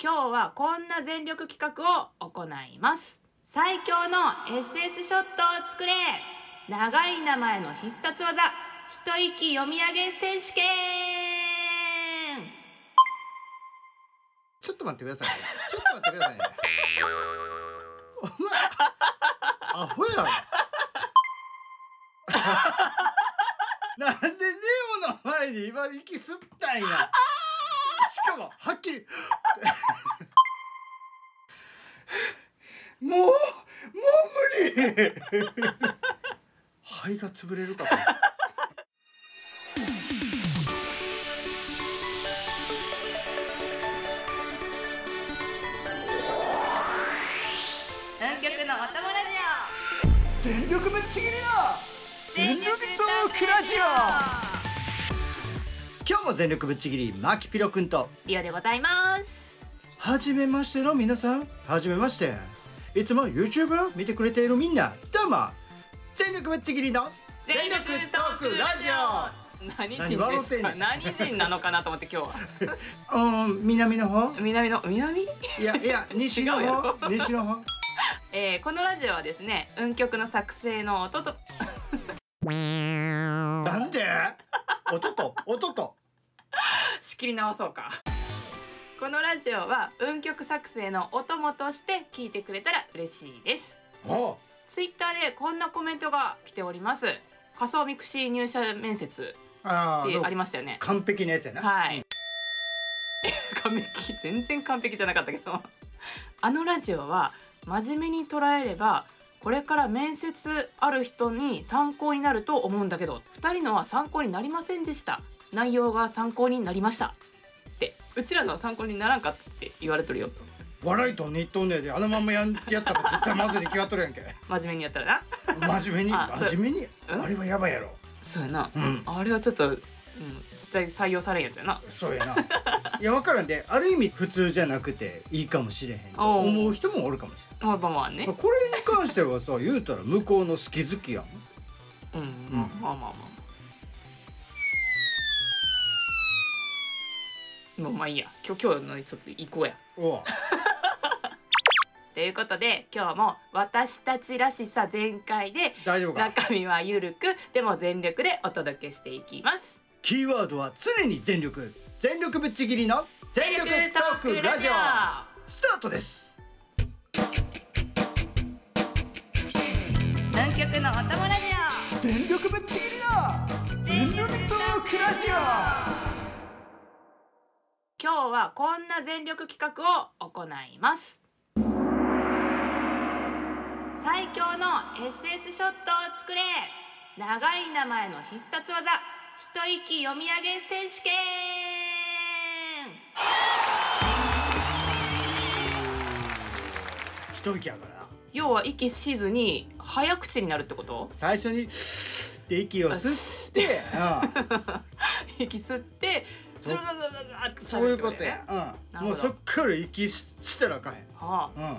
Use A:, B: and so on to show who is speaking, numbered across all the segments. A: 今日はこんな全力企画を行います最強の SS ショットを作れ長い名前の必殺技一息読み上げ選手権
B: ちょっと待ってくださいね。ちょっと待ってくださいね。お前、アホやろ。なんでネオの前に今息吸ったんや。しかも、はっきり。もう、もう無理。肺が潰れるかと思った。
A: 南極のお供ラジ
B: 全力ぶっちぎりの
A: オ
B: 全力トークラジオ今日も全力ぶっちぎり、マキピロくんと
A: リオでございます
B: はじめましての皆さん、はじめまして。いつも YouTube を見てくれているみんな、どうも全力ぶっちぎりの
A: 何人
B: 何笑
A: で
B: って
A: す
B: んね
A: か
B: ん
A: 何人なのかなと思って今日は
B: オうーん、南の方
A: 南の南
B: いや、いや、西の
A: 違うやろ
B: 方西の方
A: えー、このラジオはですね運曲の作成の音と
B: なんでおとと、おとと
A: 仕切り直そうかこのラジオは運曲作成のお供として聞いてくれたら嬉しいです
B: お
A: ツイッターでこんなコメントが来ております仮想ミクシー入社面接
B: あ
A: ってあ
B: あ
A: り、ましたよね
B: 完璧なやつやな。
A: はい、完璧全然完璧じゃなかったけどあのラジオは真面目に捉えればこれから面接ある人に参考になると思うんだけど2人のは参考になりませんでした内容が参考になりましたってうちらのは参考にならんかったって言われとるよ
B: 笑いと日とんねで、あのまんまやんやったら絶対まずいに決まっとる やんけ。
A: 真面目にやったらな
B: 真面目に、
A: あそう
B: 真面目に。
A: うん
B: あれはやばいやろ。
A: そうやな、
B: うん
A: あれはちょっと、うん、絶対採用されんやつやな
B: そうやないや分からんである意味普通じゃなくていいかもしれへんと思う人もおるかもし
A: まあまあまあね
B: れんこれに関してはさ言うたら向こうの好き好きやん
A: うん、まあまあまあまあまあいいや今日今日のちょっと行こうや
B: おう
A: ということで今日も私たちらしさ全開で
B: 大丈夫か
A: 中身はゆるくでも全力でお届けしていきます
B: キーワードは常に全力全力ぶっちぎりの全力トークラジオスタートです
A: 南極のお友ラジ
B: 全力ぶっちぎりの全力トークラジオ
A: オ今日はこんな全力企画を行います最強の SS ショットを作れ長い名前の必殺技一息読み上げ選手権
B: 一息やからな
A: 要は息しずに早口になるってこと
B: 最初に で息を吸 って、う ん、
A: 息吸ってス
B: そ
A: ルスルスルスルって
B: そ
A: 喋
B: うい
A: るっ
B: う
A: て
B: こ
A: だ
B: と
A: よね
B: や、う、
A: なんるほ
B: も
A: ど
B: うそっから息ししたらあかんやん
A: はあ、
B: うん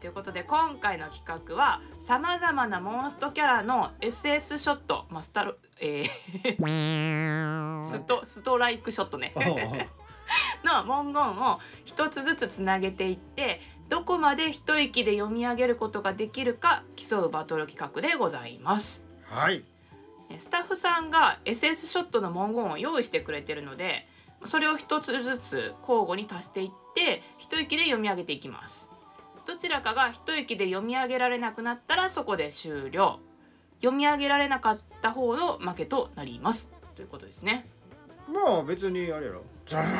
A: ということで今回の企画はさまざまなモンストキャラの SS ショット、まあ、スタロえーストストライクショットね
B: おうおう
A: の文言を一つずつつなげていってどこまで一息で読み上げることができるか競うバトル企画でございます。
B: はい。
A: えスタッフさんが SS ショットの文言を用意してくれてるのでそれを一つずつ交互に足していって一息で読み上げていきますどちらかが一息で読み上げられなくなったらそこで終了読み上げられなかった方の負けとなりますということですね
B: まあ別にあれやろ。ザーって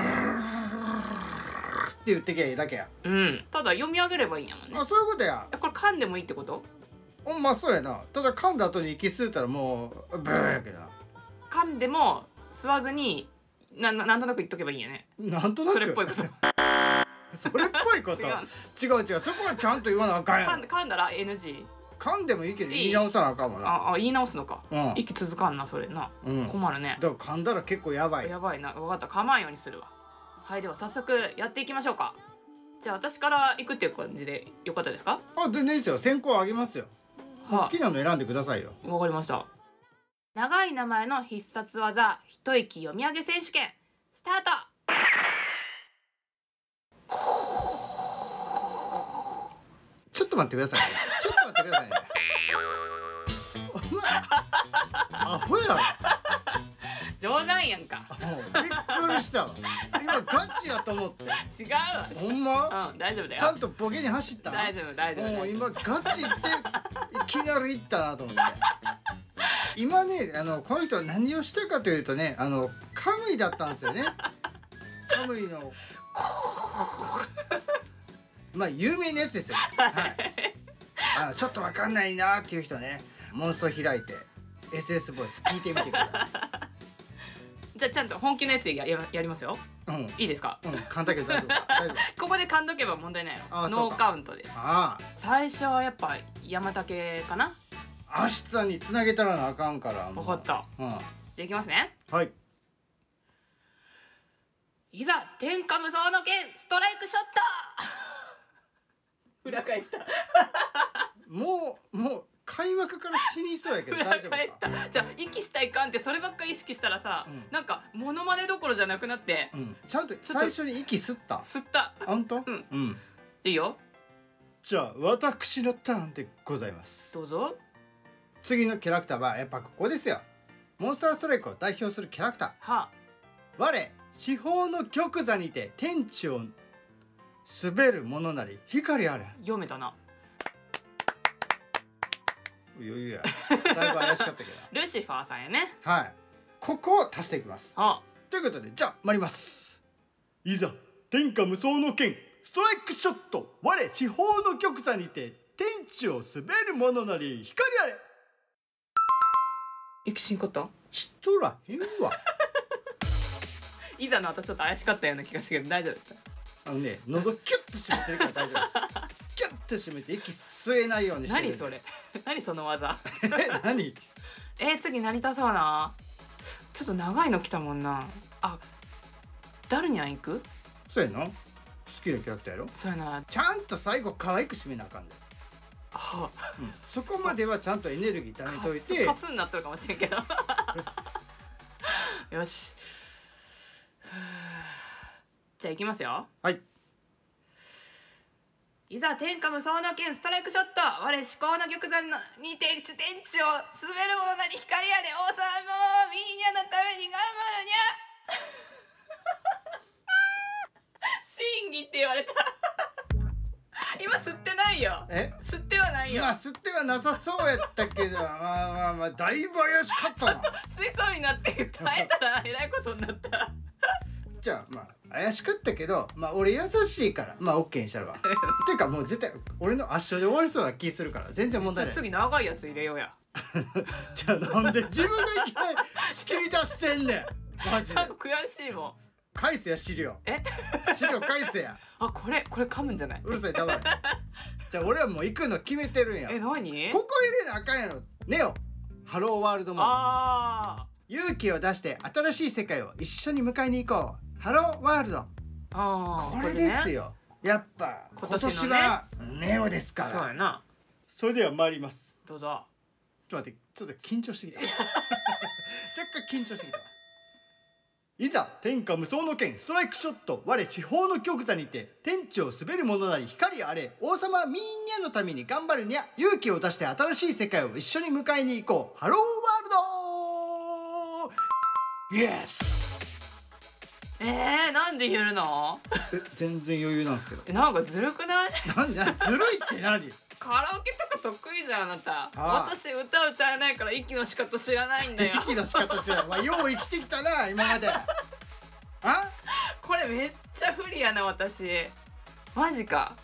B: 言ってけえだけや。
A: うんただ読み上げればいいんやもんね
B: あそういうことや。
A: えこれ噛んでもいいってこと
B: ほんまそうやな。ただ噛んだ後に息吸うたらもうブーやけどな。
A: 噛んでも吸わずになななんとなく言っとけばいいんやね
B: なんとなく。
A: それっぽい こと
B: それっぽいこ
A: 違う
B: と。違う違う。そこはちゃんと言わなあかんや
A: 噛ん
B: ん。
A: 噛んだら NG
B: 噛んでもいいけど
A: いい
B: 言い直さなあかんもんな。
A: ああ言い直すのか
B: うん。
A: 息続かんなそれな
B: うん。
A: 困るね
B: だから噛んだら結構やばい。
A: やばいな分かった構わんようにするわはいでは早速やっていきましょうかじゃあ私から行くっていう感じでよかったですか
B: あ全然いいですよ。先行あげますよ。
A: はあ
B: 好きなの選んでくださいよ。
A: わかりました長い名前の必殺技一息読み上げ選手権スタート
B: と待ってくださいねちょっと待ってくださいねお前アホやろ
A: 冗談やんか
B: もうびっくりしたわ今ガチやと思って
A: 違うわ
B: ほんま
A: うん大丈夫だ
B: ちゃ
A: よ
B: んとボケに走った
A: 大丈夫大丈夫
B: もう今ガチっていきなりいったなと思って今ねあのこの人は何をしたかというとねあのカムイだったんですよねカムイのまあ有名なやつですよ、はい、あちょっとわかんないなっていう人ねモンスト開いて SS ボイス聞いてみてくださ
A: じゃあちゃんと本気のやつやややりますよ
B: いうん
A: いいですか
B: うん簡単だけど大丈夫か大丈夫か
A: ここで噛んどけば問題ないの
B: あそ
A: ノ
B: うか
A: ーカウントです
B: あ
A: 最初はやっぱ山竹かな
B: あ明日につなげたらなあかんから
A: 分
B: もう
A: かった
B: う
A: じゃあいきますね
B: んはい
A: いざ天下無双の剣ストライクショット裏返った
B: もうもう開幕から死にそうや けど大丈夫
A: 裏返っ
B: か。
A: たじゃあ息したいかんってそればっか意識したらさ、
B: うん
A: なんかモノマネどころじゃなくなって
B: うん。ちゃんと最初に息吸った。
A: 吸った
B: 本当？
A: ん
B: うん。
A: いいよ
B: じゃあ私のターンでございます。
A: どうぞ
B: 次のキャラクターはやっぱここですよ。モンスターストライクを代表するキャラクター。
A: は
B: 我四方の玉座にて天地を滑る者なり光あれ。
A: 読めたな
B: 余裕や。だいぶ怪しかったけど。
A: ルシファーさんやね
B: はい。ここを足していきます。
A: あ
B: ということでじゃあ参りますいざ天下無双の剣ストライクショット我四方の極座にて天地を滑る者なり光あれ
A: 息しんかった
B: 知っとらへんわ
A: いざの後ちょっと怪しかったような気がするけど大丈夫です
B: あのね喉キュッと締めてるから大丈夫ですキュッと締めて息吸えないようにしてる
A: 何それ 何その技
B: え何
A: えー、次何出そうなちょっと長いの来たもんなあダルニャン行く
B: そうやな好きなキャラクターやろ
A: そうやな
B: ちゃんと最後可愛く締めなあかんで、
A: あ
B: うん、そこまではちゃんとエネルギー
A: カ
B: 貯めとい
A: ス
B: て
A: カスになってるかもしれんけど よしふうじゃあ行きますよ
B: はい
A: いざ天下無双の剣ストライクショット我思考の玉座のにて天地を滑る者なり光あれ王様をみーにゃのために頑張るにゃ 審議って言われた今吸ってないよ
B: え
A: 吸ってはないよ
B: まあ吸ってはなさそうやったけど まあまあまあだいぶ怪しかったな
A: 吸いそうになって耐えたらえらいことになった
B: じゃあまあ怪しかったけどまあ俺優しいからまあ OK にしたる わっていうかもう絶対俺の圧勝で終わりそうな気するから全然問題ない
A: 次長いやつ入れようや
B: じゃあなんで自分がいきなり仕切り出してんねんマ ジで
A: なんか悔しいもん
B: 返せや資料
A: え
B: 資料返せや
A: あこれこれ噛むんじゃないう
B: るさい黙れじゃあ俺はもう行くの決めてるんや
A: え何
B: ここ入れなあかんやろネオハローワールドモード
A: あ
B: 勇気を出して新しい世界を一緒に迎えに行こうハローワールド
A: ーあー
B: これです
A: ね
B: よやっぱ今
A: 今
B: 年,、
A: 年のね
B: はネオですから
A: そうやな
B: それでは参ります
A: どうぞ
B: ちょっと待ってちょっと緊張してきた 若干緊張してきたいざ天下無双の剣ストライクショット我四方の極座にて天地を滑る者なり光あれ王様みんなのために頑張るにゃ勇気を出して新しい世界を一緒に迎えに行こうハローワールドイエス
A: えー、なんで言うの
B: 全然余裕なんですけど
A: えなんかずるくない
B: なんでずるいって何
A: カラオケとか得意じゃんあなた
B: あー
A: 私歌歌えないから息の仕方知らないん だよ
B: 息の仕方知らんわよう生きてきたな今まであ
A: これめっちゃ不利やな私マジか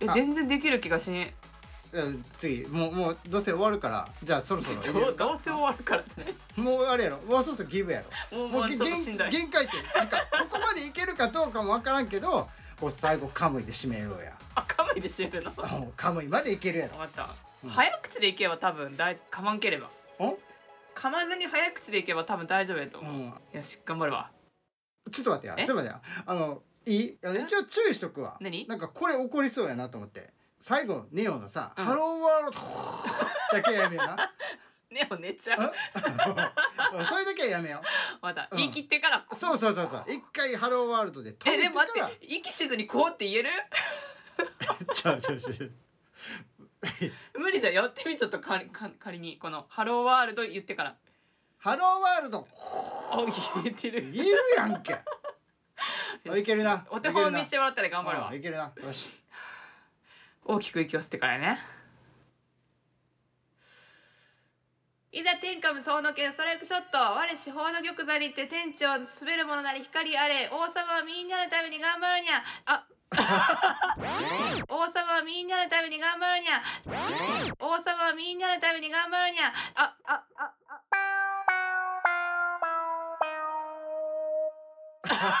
A: え
B: あ
A: 全然できる気がしん
B: うん次もうもうどうせ終わるからじゃあそろそろ
A: どうどうせ終わるからってね
B: もうあれやろもうそろそろギブや ろ
A: もうもう
B: げ
A: ちょっとしんどい
B: 限界ってなんかここまでいけるかどうかもわからんけどこう最後カムイで締めよ うや
A: あカムイで知るの
B: もうカムイまでいけるや
A: 分かった、
B: うん
A: 早口でいけば多分大丈夫かまんければ
B: ろん
A: 噛まずに早口でいけば多分大丈夫やと
B: う
A: 思う、
B: ん
A: よし頑張るわ
B: ちょっと待ってや
A: え
B: ちょっと待ってやあのいいあの一応注意しとくわ
A: 何
B: なんかこれ怒りそうやなと思って最後ネオのさ「
A: うん
B: ハローワールド」 だけやめような
A: ねお寝ちゃう
B: うんそれだけはやめよ
A: また
B: うん
A: 言い切ってから
B: うそうそうそうそう一回ハローワールドで止
A: え
B: め
A: で
B: て
A: も
B: か
A: 待
B: ら
A: って息しずにこうって言える
B: ちゃうちゃうちゃう
A: 無理じゃんやってみちょっと仮仮仮にこの「ハローワールド」言って から
B: ハローワールド
A: あ言えてる
B: いるやんけあいけるな
A: お手本見してもらったら頑張る
B: う
A: わ
B: んいけるなよし
A: 大きく息を吸ってからねいざ天下無双の剣ストライクショット我四方の玉座にて天長滑るものなり光あれ王様はみんなのために頑張るにゃあ王様はみんなのために頑張るにゃ王様はみんなのために頑張るにゃあああ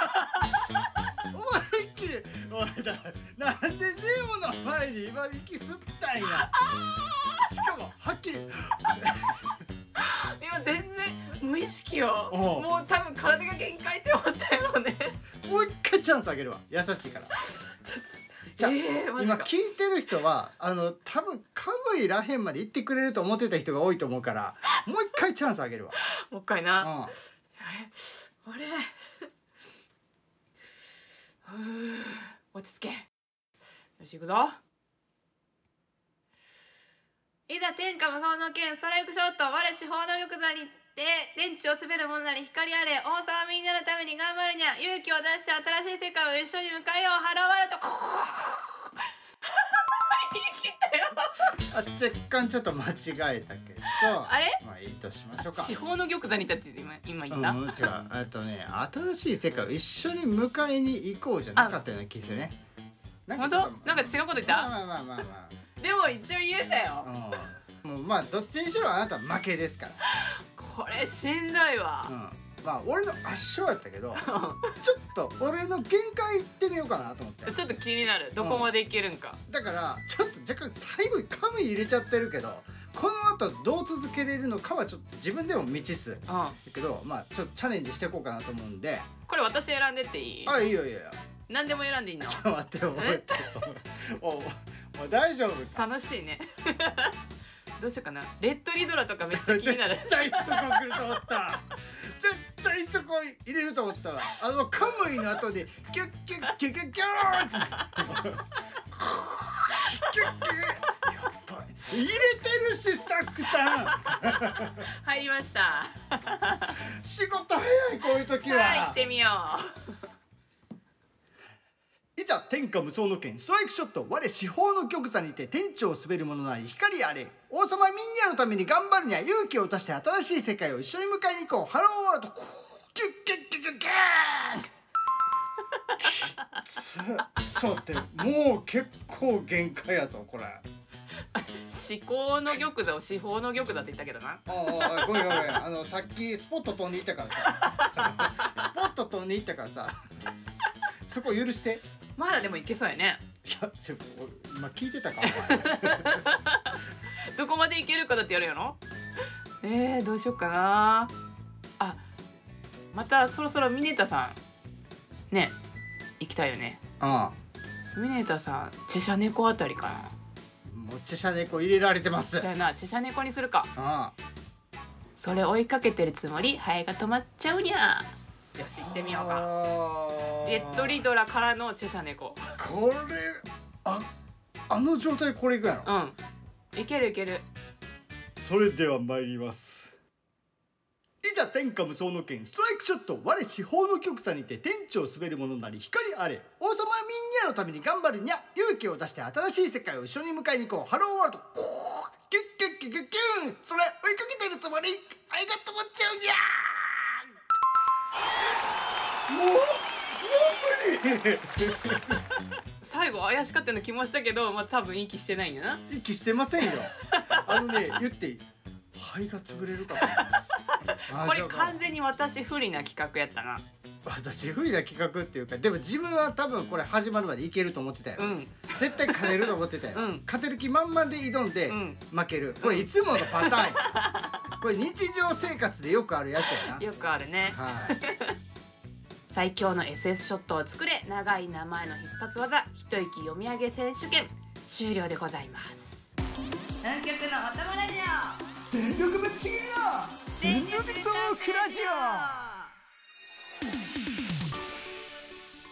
B: お前一気においだなんでジオの前に今息吸った んやしかもはっきり
A: 今全然無意識よ
B: おう
A: もう多分体が限界って思ったよね
B: もう一回チャンスあげるわ優しいからじゃあ
A: えーマジ
B: 今
A: か
B: 聞いてる人はあの多分カムイらへんまで行ってくれると思ってた人が多いと思うからもう一回チャンスあげるわ、
A: もう一回な、
B: うん、
A: あれ ふう落ち着けよし行くぞいざ天下無双の剣ストライクショット我四方の玉座にて電池を滑る者なり光あれ王様はみんなのために頑張るにゃ勇気を出して新しい世界を一緒に向かえようハローワールド こ
B: あ若干ちょっと間違えたけど
A: あれ
B: まあいいとしましょうか
A: 四方の玉座に立って今今言
B: う
A: っ
B: ん、
A: た、
B: うん違うえっとね新しい世界を一緒に迎えに行こうじゃなかったような気するねな
A: 本
B: ち
A: 当
B: ょっと
A: なんか違うこと言った、
B: まあまあまあまあ
A: でも一応言えたよ、
B: まあ、うん、もうまあどっちにしろあなたは負けですから
A: これしんどいわ、
B: うんまあ俺の圧勝やったけ どちょっと俺の限界行ってみようかなと思って
A: ちょっと気になるどこまでいけるんか、
B: だからちょっと若干最後にカムイ入れちゃってるけどこの後どう続けれるのかはちょっと自分でも未知数だ
A: うん
B: けどまあちょっとチャレンジしていこうかなと思うんで
A: これ私選んでっていい
B: あいいよいいよいいよ
A: 何でも選ん でいいの
B: ちょっと待ってよ覚えてよおおお大丈夫か
A: 楽しいね どうしようかなレッドリドラとかめっちゃ気になる
B: 絶対そこ来ると思った絶対そこ入れると思ったわあのカムイの後にキュッキュッキュッキュッキューってキュッキュッやっぱり入れてるしスタッフさん
A: 入りました
B: 仕事早いこういう時
A: はい行
B: は
A: ってみよ
B: いざ天下無双の剣ストライクショット我四方の玉座にて天地を滑る者なり光あれ王様ミニアのために頑張るには勇気を出して新しい世界を一緒に迎えに行こうハローワールドこうキュッキュッキュッキュッキューンきっつちょっと待ってもう結構限界やぞこれ
A: う至高の玉座を至宝の玉座って言ったけどな
B: おいおいおいごめんごめんあのさっきスポット飛んでいったからさスポット飛んでいったからさそこ許して
A: まだでもいけそうやね
B: いやでも俺今聞いてたかお前
A: どこまでいけるかだってやるやろえー、どうしようかなあまたそろそろミネタさんね行きたいよね
B: ああ
A: ミネタさんチェシャ猫あたりかな
B: もうチェシャ猫入れられてます
A: じゃあなチェシャ猫にするか
B: ああ
A: それ追いかけてるつもりハエが止まっちゃうにゃよし行ってみようか
B: ああ
A: レッドリドラからのチェシャ猫
B: これああの状態これいくやろ
A: うんいけるいける
B: それでは参りますいざ天下無双の剣ストライクショット我四方の極座にて天地を滑る者なり光あれ王様はみんなのために頑張るにゃ勇気を出して新しい世界を一緒に迎えに行こうハローワールドこうキュッキュッキュッキュッキュンそれ追いかけてるつもり愛が止まっちゃうにゃーもうもう無理
A: 最後怪しかったような気もしたけどまあ多分息してないんやな
B: 息してませんよあのね言っていい肺が潰れるかもあ
A: こ
B: じ
A: れ
B: ゃあ
A: 完全に私不利な企画やったな
B: 私不利な企画っていうかでも自分は多分これ始まるまでいけると思ってたよ、
A: うん
B: 絶対勝てると思ってたよ、
A: うん
B: 勝てる気満々で挑んで
A: うん
B: 負ける、これいつものパターンやこれ日常生活でよくあるやつやな
A: よくあるね
B: はい
A: 最強の SS ショットを作れ長い名前の必殺技一息読み上げ選手権終了でございます南極のお供ラジ
B: 全力ぶっちぎりだ
A: オ
B: 全力トークラジオ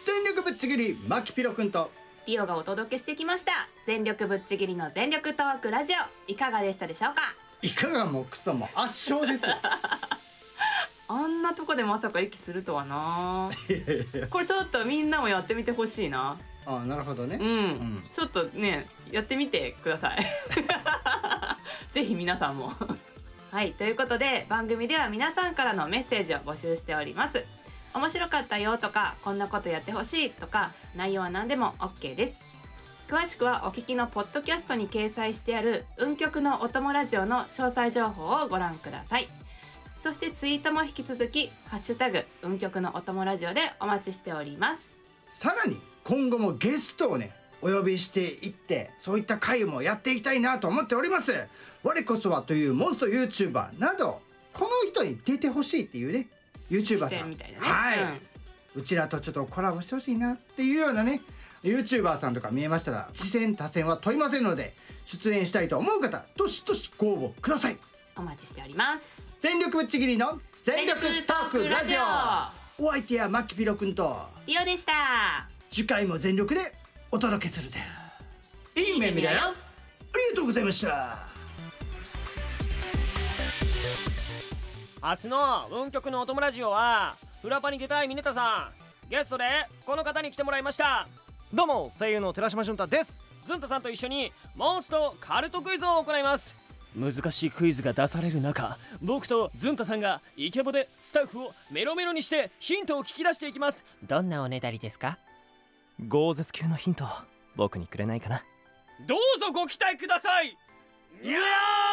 B: 全力ぶっちぎりマキピロくんと
A: リオがお届けしてきました全力ぶっちぎりの全力トークラジオいかがでしたでしょうか
B: いかがもくそも圧勝ですよ
A: あんなとこでまさか息するとはない
B: や いやいや
A: これちょっとみんなもやってみてほしいな
B: あなるほどね、
A: うん、
B: ん
A: ちょっとねやってみてくだ さいぜひ皆さんも はいということで番組では皆さんからのメッセージを募集しております面白かったよとかこんなことやってほしいとか内容は何でも OK です詳しくはお聞きのポッドキャストに掲載してある運極のお供ラジオの詳細情報をご覧くださいそしてツイートも引き続きハッシュタグ運極のお供ラジオでお待ちしております
B: さらに今後もゲストをねお呼びしていってそういった回もやっていきたいなと思っております我こそはというモンスト YouTuber などこの人に出てほしいっていうね YouTuber さ
A: 推薦
B: ん
A: みたいなね
B: はい、
A: うん
B: うちらとちょっとコラボしてほしいなっていうようなね YouTuber さんとか見えましたら視線他線は問いませんので出演したいと思う方どしどしご応募ください
A: お待ちしております
B: 全力ぶっちぎりの全力トークラジオお相手はマキピロくんと
A: リオでした
B: 次回も全力でお届けするぜいい目見ろよありがとうございました
C: 明日の運極のお供ラジオはフラパに出たいミネタさんゲストでこの方に来てもらいました
D: どうも声優の寺島俊太です
C: ズンタさんと一緒にモンストカルトクイズを行います難しいクイズが出される中僕とズンタさんがイケボでスタッフをメロメロにしてヒントを聞き出していきますどんなおねだりですか
D: 豪絶級のヒント僕にくれないかな
C: どうぞご期待くださいにゃー